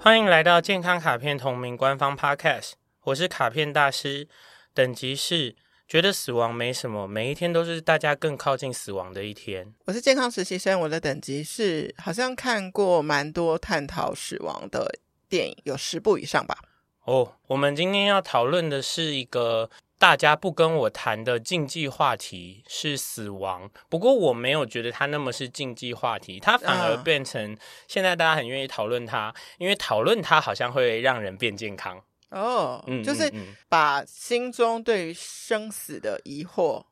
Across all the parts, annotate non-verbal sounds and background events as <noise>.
欢迎来到健康卡片同名官方 Podcast，我是卡片大师，等级是觉得死亡没什么，每一天都是大家更靠近死亡的一天。我是健康实习生，我的等级是好像看过蛮多探讨死亡的电影，有十部以上吧。哦，我们今天要讨论的是一个大家不跟我谈的禁忌话题，是死亡。不过我没有觉得它那么是禁忌话题，它反而啊变成现在大家很愿意讨论它，因为讨论它好像会让人变健康。哦、嗯，就是嗯嗯把心中对于生死的疑惑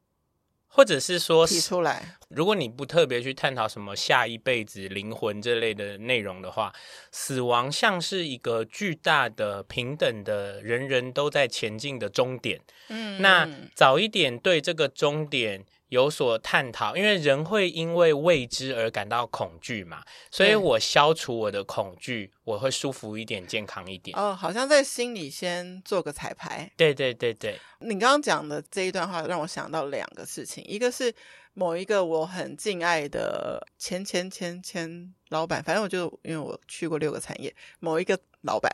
或者是说提出来。如果你不特别去探讨什么下一辈子、灵魂这类的内容的话，死亡像是一个巨大的、平等的、人人都在前进的终点。嗯那嗯早一点对这个终点有所探讨，因为人会因为未知而感到恐惧嘛，所以对我消除我的恐惧，我会舒服一点、健康一点。哦，好像在心里先做个彩排。对对对对，你刚刚讲的这一段话让我想到两个事情，一个是某一个我很敬爱的前前前前老板，反正我就因为我去过六个产业，某一个老板，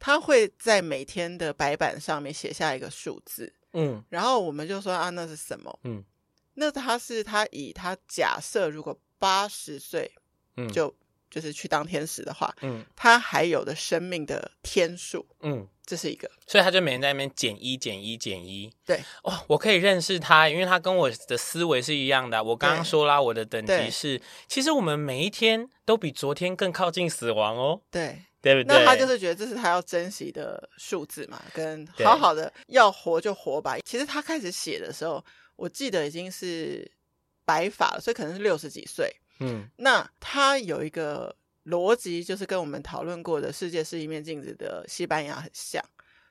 他会在每天的白板上面写下一个数字，嗯然后我们就说啊那是什么？嗯，那他是他以他假设如果八十岁嗯，就、就是去当天使的话，嗯他还有的生命的天数，嗯，这是一个所以他就每天在那边减一、减一、减一。对哦，我可以认识他，因为他跟我的思维是一样的啊。我刚刚对说啦，我的等级对是，其实我们每一天都比昨天更靠近死亡哦，对。对不对？那他就是觉得这是他要珍惜的数字嘛，跟对好好的要活就活吧。其实他开始写的时候，我记得已经是白发了，所以可能是六十几岁。嗯那他有一个逻辑，就是跟我们讨论过的“世界是一面镜子”的西班牙很像，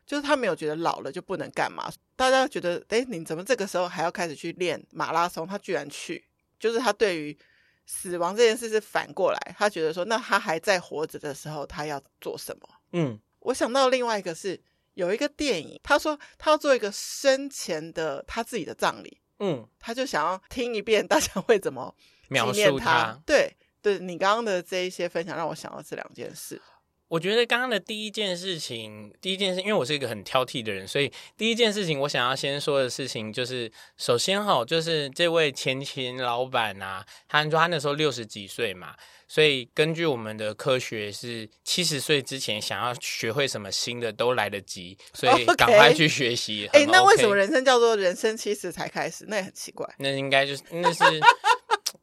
就是他没有觉得老了就不能干嘛，大家觉得，哎，你怎么这个时候还要开始去练马拉松？他居然去，就是他对于死亡这件事是反过来，他觉得说，那他还在活着的时候，他要做什么？嗯我想到另外一个是有一个电影，他说他要做一个生前的他自己的葬礼，嗯，他就想要听一遍大家会怎么 <laughs> 描纪念述他。对对，你刚刚的这一些分享让我想到这两件事。我觉得刚刚的第一件事情，第一件事，因为我是一个很挑剔的人，所以第一件事情我想要先说的事情就是，首先哈、就是这位前勤老板啊，他说他那时候六十几岁嘛，所以根据我们的科学是七十岁之前想要学会什么新的都来得及， <laughs> 所以哦 OK 赶快去学习。哎、很那为 OK 什么人生叫做人生七十才开始？那也很奇怪。那应该就是那是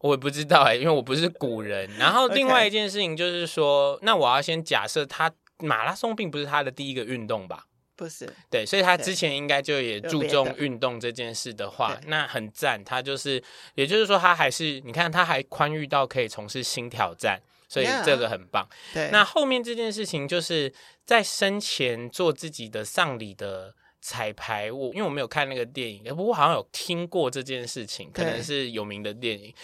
我也不知道哎、因为我不是古人。然后 OK 另外一件事情就是说，那我要先假设他马拉松并不是他的第一个运动吧？不是，对，所以他对之前应该就也有注别重的运动这件事的话，对那很赞。他就是，也就是说，他还是你看，他还宽裕到可以从事新挑战，所以 Yeah 这个很棒。对，那后面这件事情就是在生前做自己的丧礼的彩排，我因为我没有看那个电影，不过我好像有听过这件事情，可对能是有名的电影。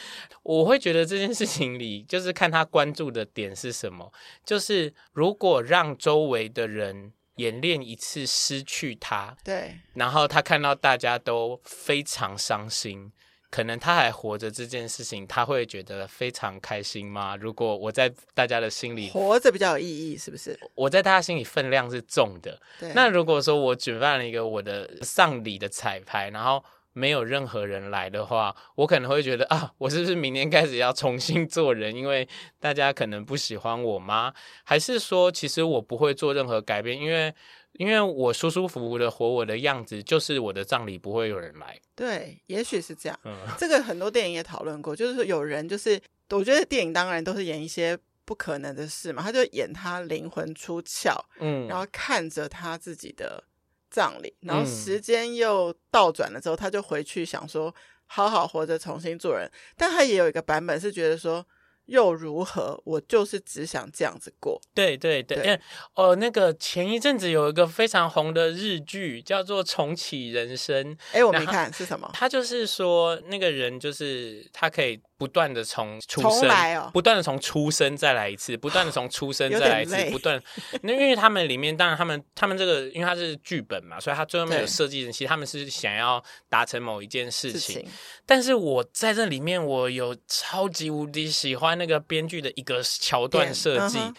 我会觉得这件事情里，就是看他关注的点是什么，就是如果让周围的人演练一次失去他，对然后他看到大家都非常伤心，可能他还活着这件事情，他会觉得非常开心吗？如果我在大家的心里，活着比较有意义，是不是？我在大家心里分量是重的。对，那如果说我举办了一个我的丧礼的彩排，然后没有任何人来的话，我可能会觉得啊，我是不是明天开始要重新做人？因为大家可能不喜欢我吗？还是说，其实我不会做任何改变，因为因为我舒舒服服的活我的样子，就是我的葬礼不会有人来。对，也许是这样。嗯，这个很多电影也讨论过，就是说有人就是，我觉得电影当然都是演一些不可能的事嘛，他就演他灵魂出窍，嗯然后看着他自己的葬礼，然后嗯时间又倒转了之后，他就回去想说好好活着，重新做人。但他也有一个版本是觉得说。又如何？我就是只想这样子过。对对对，对因为哦，那个前一阵子有一个非常红的日剧叫做《重启人生》，哎，我没然后看是什么？他就是说，那个人就是他可以不断的从出重生，来哦不断的从出生再来一次，不断的从出生 <laughs> 有再来一点次累，不断。 <laughs> 那因为他们里面，当然他们他们这个，因为它是剧本嘛，所以他最后面有对设计人，其实他们是想要达成某一件事事情。情但是我在这里面，我有超级无敌喜欢那个编剧的一个桥段点设计，嗯哼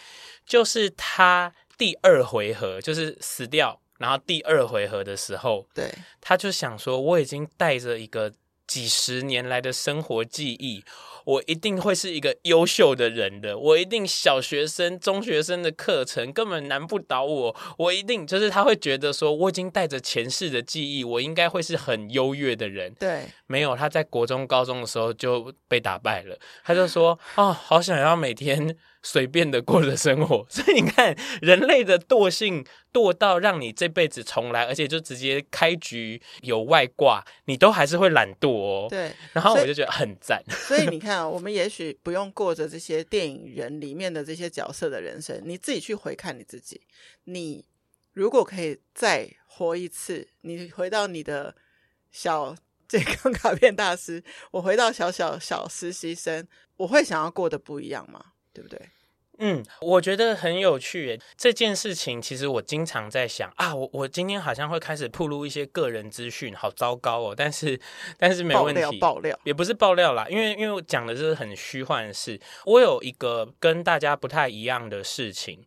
就是他第二回合就是死掉，然后第二回合的时候，对，他就想说，我已经带着一个几十年来的生活记忆，我一定会是一个优秀的人的，我一定小学生、中学生的课程根本难不倒我，我一定就是他会觉得说，我已经带着前世的记忆，我应该会是很优越的人。对，没有，他在国中、高中的时候就被打败了。他就说：“哦，好想要每天随便的过着生活。” <laughs> 所以你看，人类的惰性惰到让你这辈子重来，而且就直接开局有外挂，你都还是会懒惰哦。对，然后所以我就觉得很赞，所以你看啊，我们也许不用过着这些电影人里面的这些角色的人生，你自己去回看你自己。你如果可以再活一次，你回到你的小 <laughs> 健康卡片大师，我回到小小小实习生，我会想要过得不一样吗？对不对？嗯，我觉得很有趣耶。这件事情其实我经常在想啊，我我今天好像会开始暴露一些个人资讯，好糟糕哦。但是但是没爆问题，料爆料，也不是爆料啦，因为因为我讲的是很虚幻的事。我有一个跟大家不太一样的事情，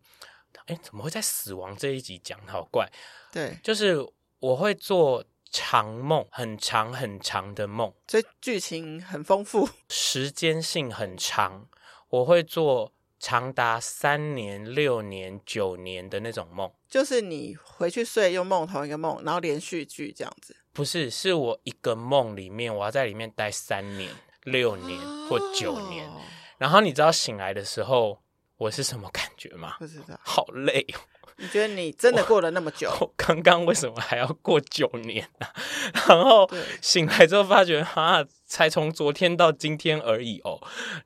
哎，怎么会在死亡这一集讲？好怪，对，就是我会做长梦，很长很长的梦，所以剧情很丰富， <laughs> 时间性很长，我会做长达三年、六年、九年的那种梦。就是你回去睡又梦同一个梦，然后连续剧这样子。不是，是我一个梦里面，我要在里面待三年、六年或九年。哦然后你知道醒来的时候我是什么感觉吗？不知道，好累哦！你觉得你真的过了那么久？我 <laughs> 刚刚为什么还要过九年啊？ <laughs> 然后对醒来之后发觉，哈，才从昨天到今天而已哦。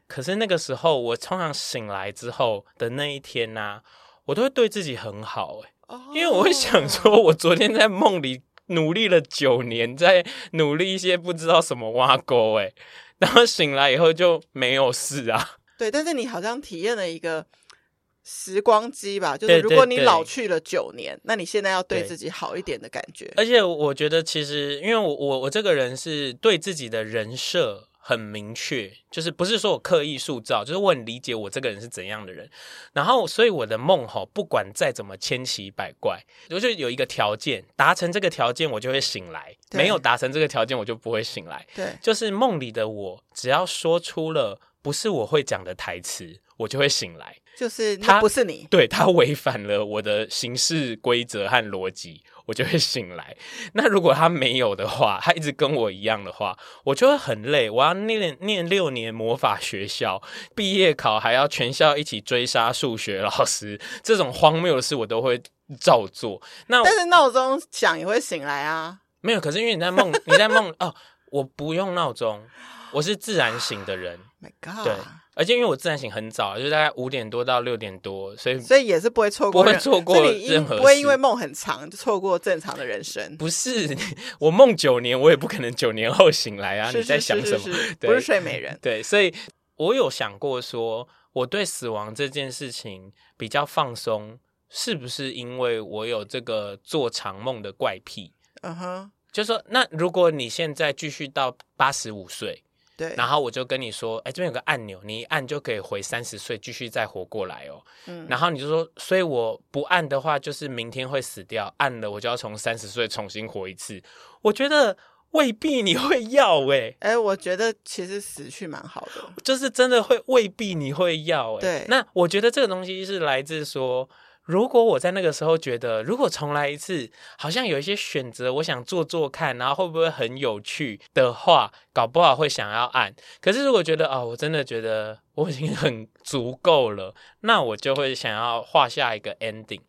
可是那个时候，我通常醒来之后的那一天呢、我都会对自己很好哎，哦因为我会想说，我昨天在梦里努力了九年，在努力一些不知道什么挖沟哎，然后醒来以后就没有事啊。 <laughs> 对，但是你好像体验了一个时光机吧，就是对如对果你对老去了九年，那你现在要对对自己好一点的感觉。而且我觉得，其实因为我我我这个人是对自己的人设很明确，就是不是说我刻意塑造，就是我很理解我这个人是怎样的人。然后，所以我的梦吼，不管再怎么千奇百怪，我就有一个条件，达成这个条件我就会醒来，对没有达成这个条件我就不会醒来。对，就是梦里的我，只要说出了不是我会讲的台词，我就会醒来。就是那他不是你，对他违反了我的行事规则和逻辑，我就会醒来。那如果他没有的话，他一直跟我一样的话，我就会很累。我要念念六年魔法学校，毕业考还要全校一起追杀数学老师，这种荒谬的事我都会照做。那我但是闹钟响也会醒来啊。没有，可是因为你在梦，你在梦哦，我不用闹钟，我是自然醒的人。 My God，对，而且因为我自然醒很早，就是大概五点多到六点多，所以所以也是不会错过不会任，错过所以你因任何不会因事为梦很长就错过正常的人生。不是 <laughs> 我梦九年，我也不可能九年后醒来啊！是你在想什么？是是是是不对是睡美人，对，所以我有想过说，我对死亡这件事情比较放松，是不是因为我有这个做长梦的怪癖？嗯哼，就说，那如果你现在继续到八十五岁，对，然后我就跟你说，哎，这边有个按钮，你一按就可以回三十岁，继续再活过来哦。嗯，然后你就说，所以我不按的话，就是明天会死掉；按了，我就要从三十岁重新活一次。我觉得未必你会要欸诶、哎，我觉得其实死去蛮好的，就是真的会未必你会要诶、对那我觉得这个东西是来自说，如果我在那个时候觉得，如果重来一次，好像有一些选择，我想做做看，然后会不会很有趣的话，搞不好会想要按。可是如果觉得哦，我真的觉得我已经很足够了，那我就会想要画下一个 <laughs> ending。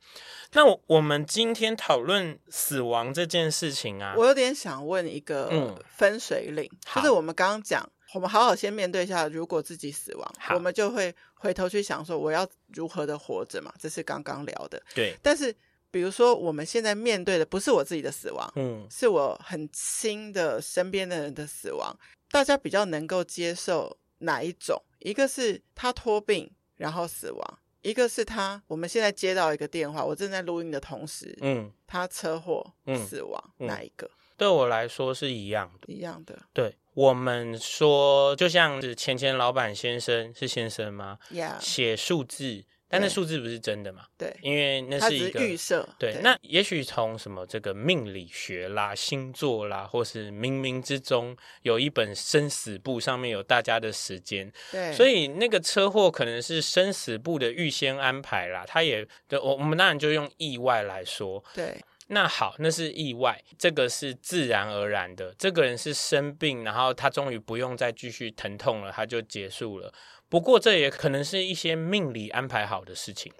那我我们今天讨论死亡这件事情啊，我有点想问一个嗯分水岭，好就是我们刚刚讲，我们好好先面对一下，如果自己死亡，好我们就会回头去想说我要如何的活着嘛，这是刚刚聊的。对，但是比如说我们现在面对的不是我自己的死亡，嗯，是我很亲的身边的人的死亡，大家比较能够接受哪一种，一个是他托病然后死亡，一个是他我们现在接到一个电话，我正在录音的同时，嗯，他车祸嗯死亡，嗯哪一个对我来说是一样的。一样的对我们说，就像是钱钱老板先生是先生吗？呀写数字，但那啊对数字不是真的嘛？对，因为那他是只一是个预设，对，那也许从什么这个命理学啦、星座啦，或是冥冥之中有一本生死簿，上面有大家的时间，对，所以那个车祸可能是生死簿的预先安排啦。他也，对我我们当然就用意外来说。对那好，那是意外，这个是自然而然的。这个人是生病，然后他终于不用再继续疼痛了，他就结束了。不过这也可能是一些命理安排好的事情，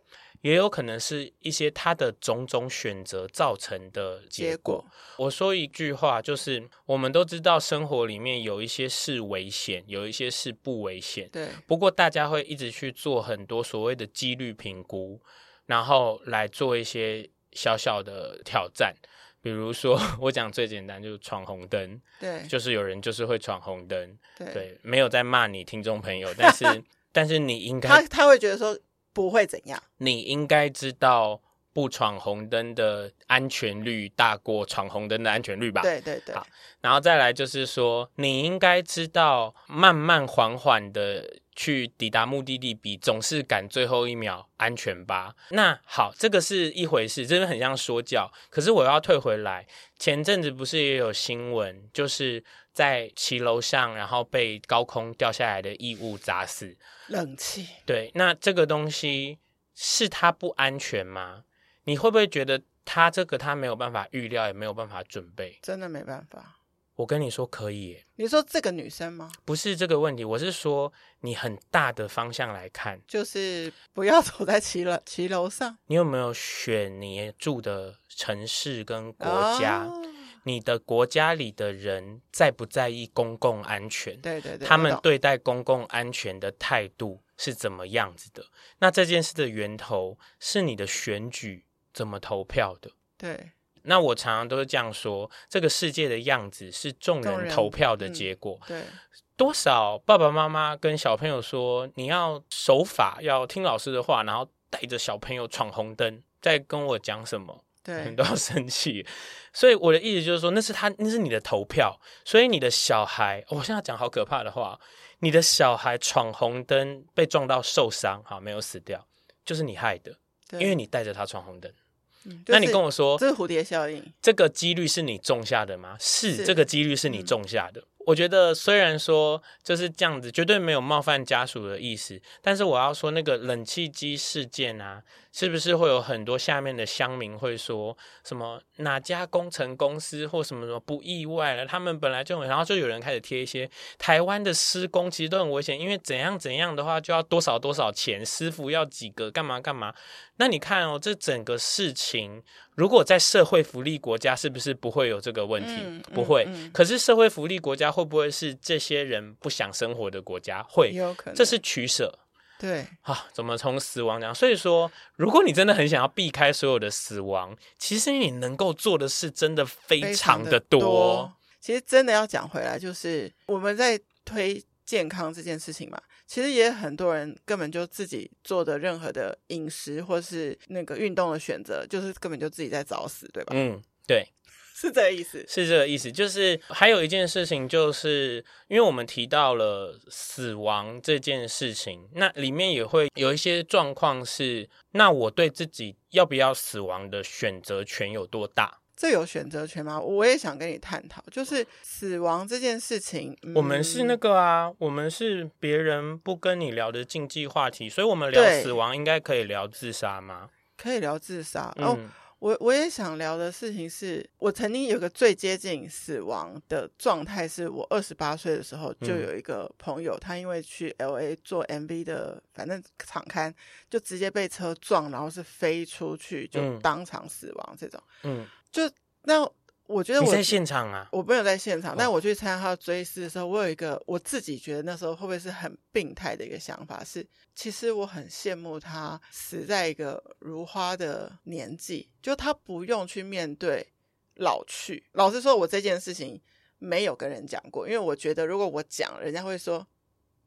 也有可能是一些他的种种选择造成的结结果。果我说一句话，就是我们都知道生活里面有一些是危险，有一些是不危险。对不过大家会一直去做很多所谓的几率评估，然后来做一些小小的挑战。比如说， <laughs> 我讲最简单就是闯红灯，对就是有人就是会闯红灯，对，对，没有在骂你听众朋友，但 <laughs> 是但是你应他该他会觉得说不会怎样，你应该知道不闯红灯的安全率大过闯红灯的安全率吧？对对对啊好然后再来就是说，你应该知道，慢慢缓缓的去抵达目的地，比总是赶最后一秒安全吧。那好，这个是一回事，真的很像说教。可是我要退回来，前阵子不是也有新闻，就是在骑楼上，然后被高空掉下来的异物砸死。冷气对，那这个东西是它不安全吗？你会不会觉得它这个它没有办法预料，也没有办法准备？真的没办法。我跟你说可以耶、你说这个女生吗？不是这个问题，我是说你很大的方向来看，就是不要走在骑楼骑楼上你有没有选你住的城市跟国家？哦你的国家里的人在不在意公共安全？对对对，他我们懂对待公共安全的态度是怎么样子的？那这件事的源头是你的选举怎么投票的？对那我常常都是这样说，这个世界的样子是众众人人投票的嗯结果。对多少爸爸妈妈跟小朋友说，你要守法，要听老师的话，然后带着小朋友闯红灯，在跟我讲什么，你对都要生气。所以我的意思就是说，那是他，那是你的投票，所以你的小孩，哦我现在讲好可怕的话，你的小孩闯红灯被撞到受伤，好没有死掉，就是你害的，对，因为你带着他闯红灯。嗯那你就是跟我说，这是蝴蝶效应，这个几率是你种下的吗？是，是这个几率是你种下的。我觉得虽然说就是这样子，绝对没有冒犯家属的意思，但是我要说那个冷气机事件啊，是不是会有很多下面的乡民会说什么哪家工程公司或什么什么不意外了，他们本来就很，然后就有人开始贴一些台湾的施工其实都很危险，因为怎样怎样的话就要多少多少钱，师傅要几个，干嘛干嘛。那你看哦，这整个事情如果在社会福利国家，是不是不会有这个问题？嗯不会。嗯嗯可是社会福利国家会不会是这些人不想生活的国家？会也，有可能这是取舍。对啊，怎么从死亡讲？所以说，如果你真的很想要避开所有的死亡，其实你能够做的事真的非常的的多。其实真的要讲回来，就是我们在推健康这件事情嘛，其实也很多人根本就自己做的任何的饮食或是那个运动的选择，就是根本就自己在找死，对吧？ <laughs> 嗯，对，是这个意思。是这个意思。就是还有一件事情，就是因为我们提到了死亡这件事情，那里面也会有一些状况是，那我对自己要不要死亡的选择权有多大？这有选择权吗？我也想跟你探讨，就是死亡这件事情。嗯我们是那个啊，我们是别人不跟你聊的禁忌话题，所以我们聊对死亡应该可以聊自杀吗？可以聊自杀、嗯、哦。我我也想聊的事情是，我曾经有个最接近死亡的状态，是我二十八岁的时候，就嗯有一个朋友，他因为去 L A 做 M V 的，反正场刊就直接被车撞，然后是飞出去，就嗯当场死亡这种。嗯，就那我觉得你我在现场啊？我没有在现场，哦但我去参加他的追思的时候，我有一个我自己觉得那时候会不会是很病态的一个想法是，其实我很羡慕他死在一个如花的年纪，就他不用去面对老去。老实说，我这件事情没有跟人讲过，因为我觉得如果我讲，人家会说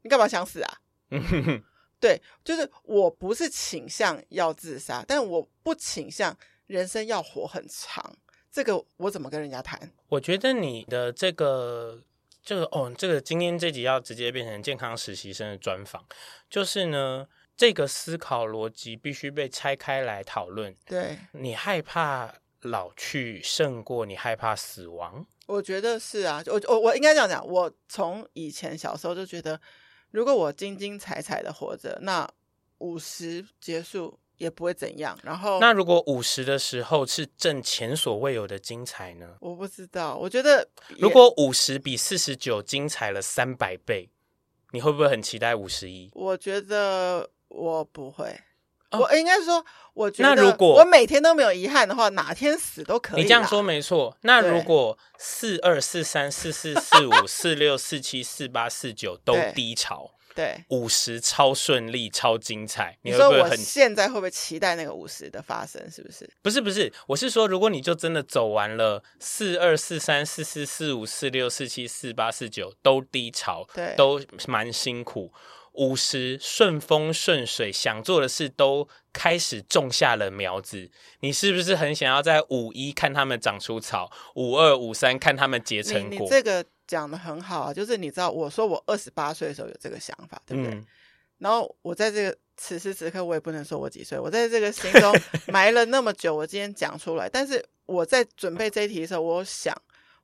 你干嘛想死啊？嗯哼哼对，就是我不是倾向要自杀，但我不倾向人生要活很长，这个我怎么跟人家谈？我觉得你的这个这个哦，这个今天这集要直接变成健康实习生的专访，就是呢，这个思考逻辑必须被拆开来讨论。对，你害怕老去胜过你害怕死亡，我觉得是啊，我我我应该这样讲，我从以前小时候就觉得，如果我精精彩彩的活着，那五十结束也不会怎样。然后那如果五十的时候是正前所未有的精彩呢？我不知道，我觉得也如果五十比四十九精彩了三百倍，你会不会很期待五十一？我觉得我不会。哦我应该说，我觉那得如果我每天都没有遗憾的话，哪天死都可以啦。你这样说没错。那对如果四二、四三、四四、四五、四六、四七、四八、四九都对低潮，对？五十超顺利、超精彩，你会说不会我很？现在会不会期待那个五十的发生？是不是？不是不是，我是说，如果你就真的走完了四二、四三、四四、四五、四六、四七、四八、四九都低潮，对都蛮辛苦。五十顺风顺水，想做的事都开始种下了苗子。你是不是很想要在五一看他们长出草，五二、五三看他们结成你果你？这个讲的很好啊，就是你知道，我说我二十八岁的时候有这个想法，对不对？嗯然后我在这个此时此刻，我也不能说我几岁，我在这个心 <laughs> 中埋了那么久，我今天讲出来。但是我在准备这一题的时候，我想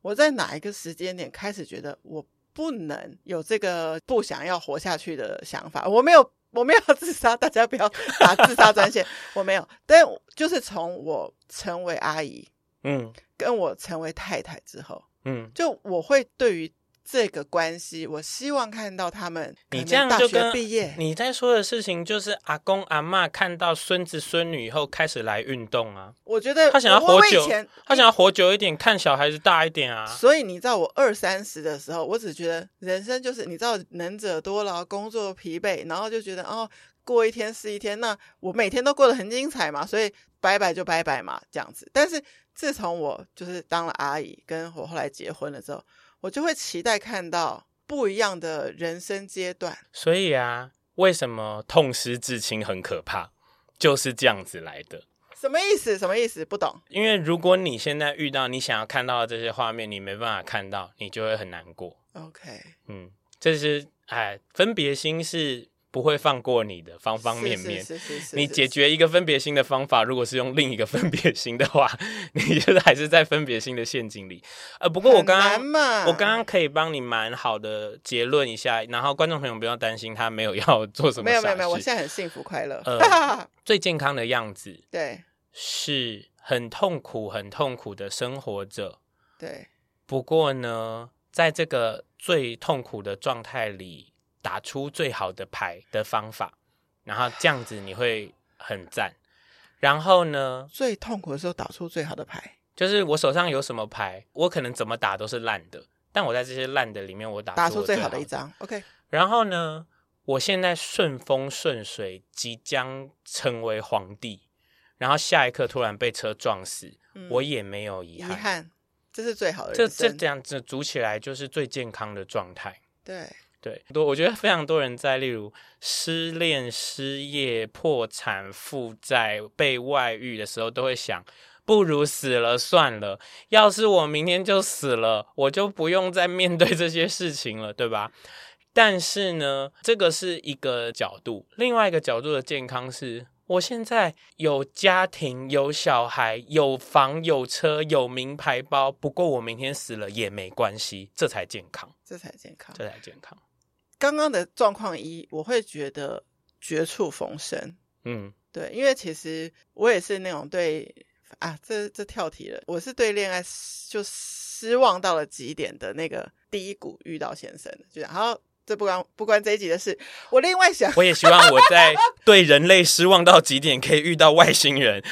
我在哪一个时间点开始觉得我不能有这个不想要活下去的想法，我没有。我没有自杀，大家 <laughs> 不要打自杀专线。我没有，但就是从我成为阿姨，嗯跟我成为太太之后，嗯，就我会对于这个关系，我希望看到他们你可能这样大就学跟毕业，你在说的事情就是阿公阿嬷看到孙子孙女以后开始来运动啊，我觉得他想要我活我以久前，他想要活久一点，看小孩子大一点啊。所以你知道，我二三十的时候，我只觉得人生就是你知道，能者多劳，工作疲惫，然后就觉得哦，过一天是一天。那我每天都过得很精彩嘛，所以拜拜就拜拜嘛，这样子。但是自从我就是当了阿姨，跟我后来结婚了之后，我就会期待看到不一样的人生阶段。所以啊，为什么痛失至亲很可怕，就是这样子来的。什么意思？什么意思？不懂。因为如果你现在遇到你想要看到的这些画面，你没办法看到，你就会很难过。 OK，嗯，这是哎，分别心是不会放过你的，方方面面。是是是是是你是解决一个分别心的方法，如果是用另一个分别心的话， <laughs> 你就是还是在分别心的陷阱里。呃，不过我很刚难刚嘛，我刚刚可以帮你蛮好的结论一下，然后观众朋友不要担心，他没有要做什么没有傻没有没有，事我现在很幸福快乐，呃哈 <laughs> 哈。最健康的样子对是很痛苦、很痛苦的生活着。对，不过呢，在这个最痛苦的状态里，打出最好的牌的方法，然后这样子你会很赞。然后呢，最痛苦的时候打出最好的牌，就是我手上有什么牌，我可能怎么打都是烂的，但我在这些烂的里面，我打打出出我最最好好的一。张。OK，然后呢，我现在顺风顺水，即将成为皇帝，然后下一刻突然被车撞死，嗯我也没有遗遗憾。憾，这是最好的这人这生这。样子组起来就是最健康的状态。对，对，多我觉得非常多人在，例如失恋、失业、破产、负债、被外遇的时候，都会想，不如死了算了。要是我明天就死了，我就不用再面对这些事情了，对吧？但是呢，这个是一个角度，另外一个角度的健康是，我现在有家庭、有小孩、有房、有车、有名牌包，不过我明天死了也没关系，这才健康，这才健康。这才健康。刚刚的状况一，我会觉得绝处逢生。嗯，对，因为其实我也是那种对啊，这这跳题了，我是对恋爱失就失望到了极点的那个低谷遇到先生的，就然后这不关不关这一集的事，我另外想我也希望我在对人类失望到极点，可以遇到外星人。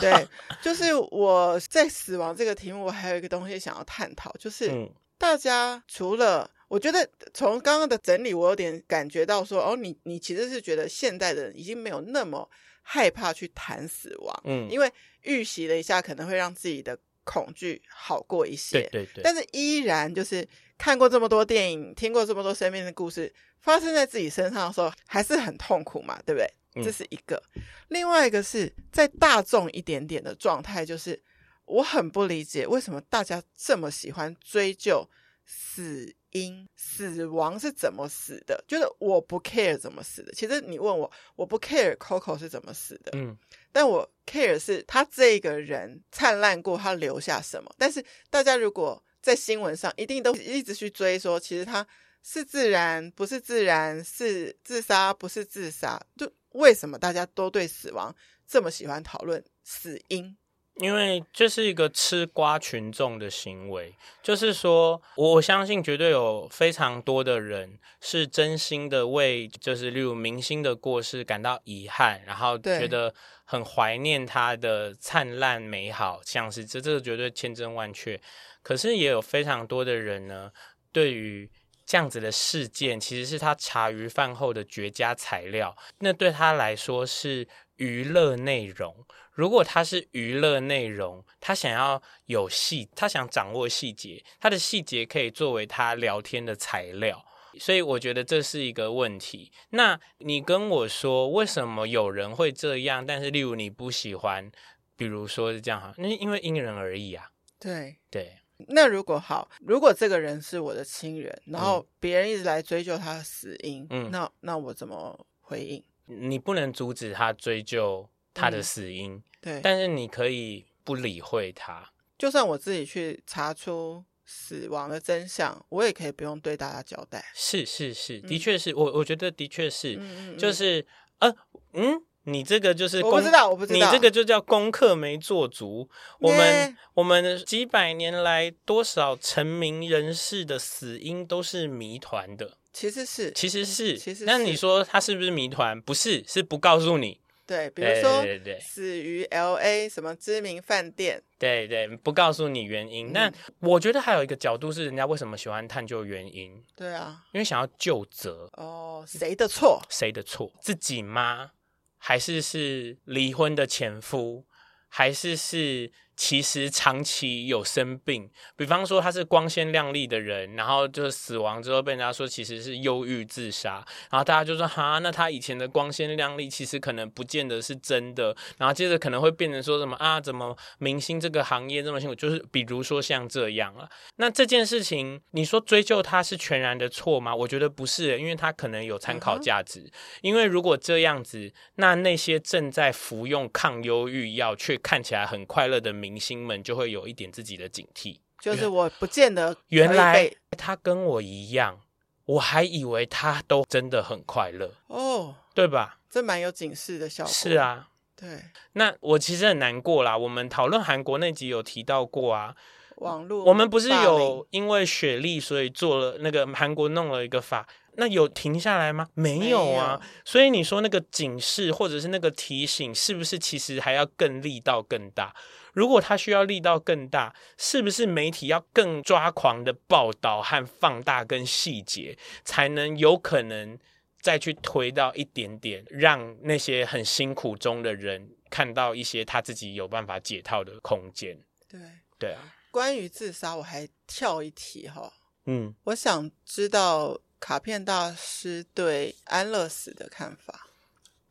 对，就是我在死亡这个题目，我还有一个东西想要探讨，就是嗯大家除了。我觉得从刚刚的整理，我有点感觉到说，哦，你你其实是觉得现代的人已经没有那么害怕去谈死亡，嗯，因为预习了一下，可能会让自己的恐惧好过一对些。对对，但是依然就是看过这么多电影，听过这么多身边的故事，发生在自己身上的时候，还是很痛苦嘛，对不嗯对？这是一个。另外一个是在大众一点点的状态，就是我很不理解为什么大家这么喜欢追究死因、死亡是怎么死的，就是我不 care 怎么死的。其实你问我，我不 care Coco 是怎么死的，嗯，但我 care 是他这个人灿烂过，他留下什么。但是大家如果在新闻上一定都一直去追说，其实他是自然，不是自然，是自杀，不是自杀。就为什么大家都对死亡这么喜欢讨论死因？因为这是一个吃瓜群众的行为，就是说，我相信绝对有非常多的人是真心的为，就是例如明星的过世感到遗憾，然后对觉得很怀念他的灿烂美好，像是这这个绝对千真万确。可是也有非常多的人呢，对于这样子的事件，其实是他茶余饭后的绝佳材料，那对他来说是娱乐内容。如果他是娱乐内容，他想要有细，他想掌握细节，他的细节可以作为他聊天的材料。所以我觉得这是一个问题。那你跟我说，为什么有人会这样？但是，例如你不喜欢，比如说是这样哈，那因为因人而异啊。对，对，那如果好，如果这个人是我的亲人，然后别人一直来追究他的死因，嗯那那我怎么回应？你不能阻止他追究他的嗯死因，对，但是你可以不理会他。就算我自己去查出死亡的真相，我也可以不用对大家交代。是是是，的嗯确是我，我觉得的确是，嗯嗯嗯就是呃，嗯，你这个就是我不功知道，我不知你道这个就叫功课没做足。我们呢我们几百年来多少成名人士的死因都是谜团的，其实是其实是。其实那你是说他是不是谜团？不是，是不告诉你。对，比如对说对对对死于 L A 什么知名饭店，对对，不告诉你原因。那嗯我觉得还有一个角度是，人家为什么喜欢探究原因？对啊，因为想要就责哦，谁的错？谁的错，自己吗？还是是离婚的前夫？还是是其实长期有生病？比方说他是光鲜亮丽的人，然后就是死亡之后被人家说其实是忧郁自杀，然后大家就说哈，那他以前的光鲜亮丽其实可能不见得是真的，然后接着可能会变成说什么啊，怎么明星这个行业这么辛苦？就是比如说像这样啊，那这件事情，你说追究他是全然的错吗？我觉得不是，因为他可能有参考价值。因为如果这样子，那那些正在服用抗忧郁药却看起来很快乐的明星们，就会有一点自己的警惕。就是我不见得可以原来被他跟我一样，我还以为他都真的很快乐，哦，对吧？这蛮有警示的效果。是，啊。对，那我其实很难过啦。我们讨论韩国那集有提到过啊，网络我们不是霸有因为雪莉所以做了那个韩国弄了一个法，那有停下来吗？没凌有啊。，所以你说那个警示或者是那个提醒，是不是其实还要更力道更大？如果它需要力道更大，是不是媒体要更抓狂的报道和放大跟细节，才能有可能再去推到一点点，让那些很辛苦中的人看到一些他自己有办法解套的空间？对，对啊，关于自杀，我还跳一题哈、嗯。我想知道卡片大师对安乐死的看法，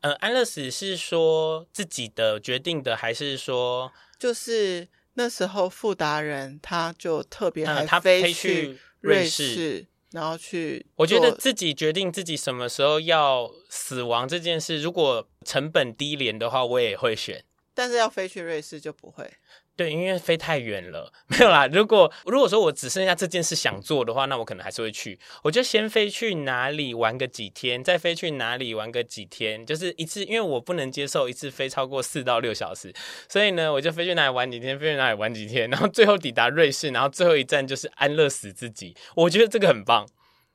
呃，安乐死是说自己的决定的，还是说，就是那时候富达人他就特别呃，还他飞飞去瑞士？士，然后去我觉得做自己决定自己什么时候要死亡这件事，如果成本低廉的话，我也会选。但是要飞去瑞士就不会。对，因为飞太远了， <laughs> 没有啦。如果如果说我只剩下这件事想做的话，那我可能还是会去。我就先飞去哪里玩个几天，再飞去哪里玩个几天，就是一次，因为我不能接受一次飞超过四到六小时，所以呢，我就飞去哪里玩几天，飞去哪里玩几天，然后最后抵达瑞士，然后最后一站就是安乐死自己。我觉得这个很棒。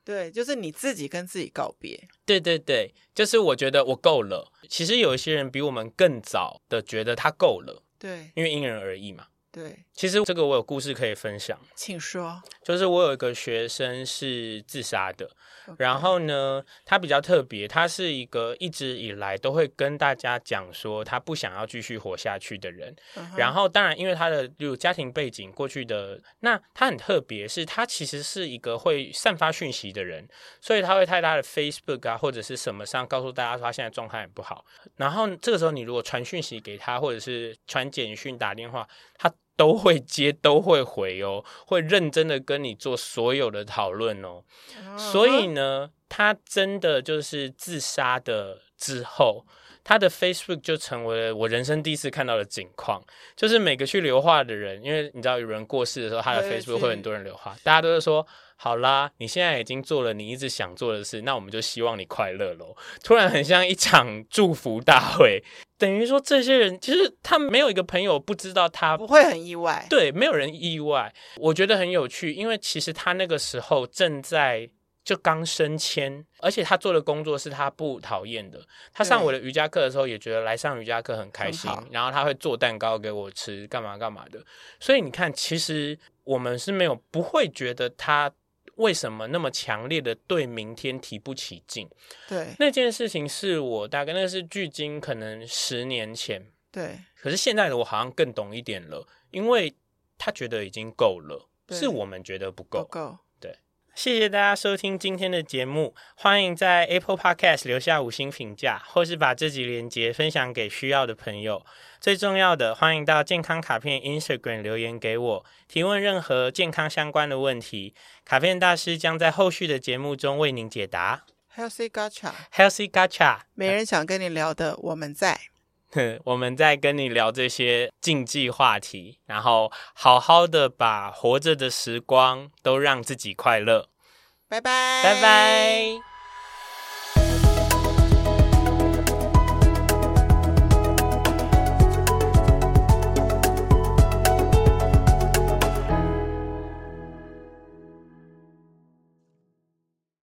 对，就是你自己跟自己告别。对对对，就是我觉得我够了。其实有一些人比我们更早的觉得他够了，对因为因人而异嘛。对，其实这个我有故事可以分享，请说。就是我有一个学生是自杀的， OK 然后呢，他比较特别，他是一个一直以来都会跟大家讲说他不想要继续活下去的人。嗯哼然后，当然，因为他的例如家庭背景、过去的，那他很特别，是他其实是一个会散发讯息的人，所以他会在他的 Facebook 啊或者是什么上告诉大家说他现在状态很不好。然后这个时候，你如果传讯息给他，或者是传简讯、打电话，他都会接，都会回哦，会认真的跟你做所有的讨论哦。嗯啊所以呢，他真的就是自杀的之后，他的 Facebook 就成为了我人生第一次看到的景况，就是每个去留话的人，因为你知道有人过世的时候，他的对 Facebook 是会很多人留话，大家都是说。好啦，你现在已经做了你一直想做的事，那我们就希望你快乐喽。突然很像一场祝福大会，等于说这些人其实他没有一个朋友不知道他不会很意外，对，没有人意外，我觉得很有趣，因为其实他那个时候正在就刚升迁，而且他做的工作是他不讨厌的。他上我的瑜伽课的时候也觉得来上瑜伽课很开很心好，然后他会做蛋糕给我吃，干嘛干嘛的。所以你看，其实我们是没有不会觉得他。为什么那么强烈的对明天提不起劲？对那件事情是我大概那是距今可能十年前，对可是现在的我好像更懂一点了，因为他觉得已经够了，对是我们觉得不不够。够。谢谢大家收听今天的节目，欢迎在 Apple Podcast 留下五星评价，或是把这集连接分享给需要的朋友。最重要的，欢迎到健康卡片 Instagram 留言给我，提问任何健康相关的问题，卡片大师将在后续的节目中为您解答。 Healthy Gacha， Healthy Gacha，没人想跟你聊的，我们在。哼 <laughs> 我们在跟你聊这些禁忌话题，然后好好的把活着的时光都让自己快乐。拜拜，拜拜。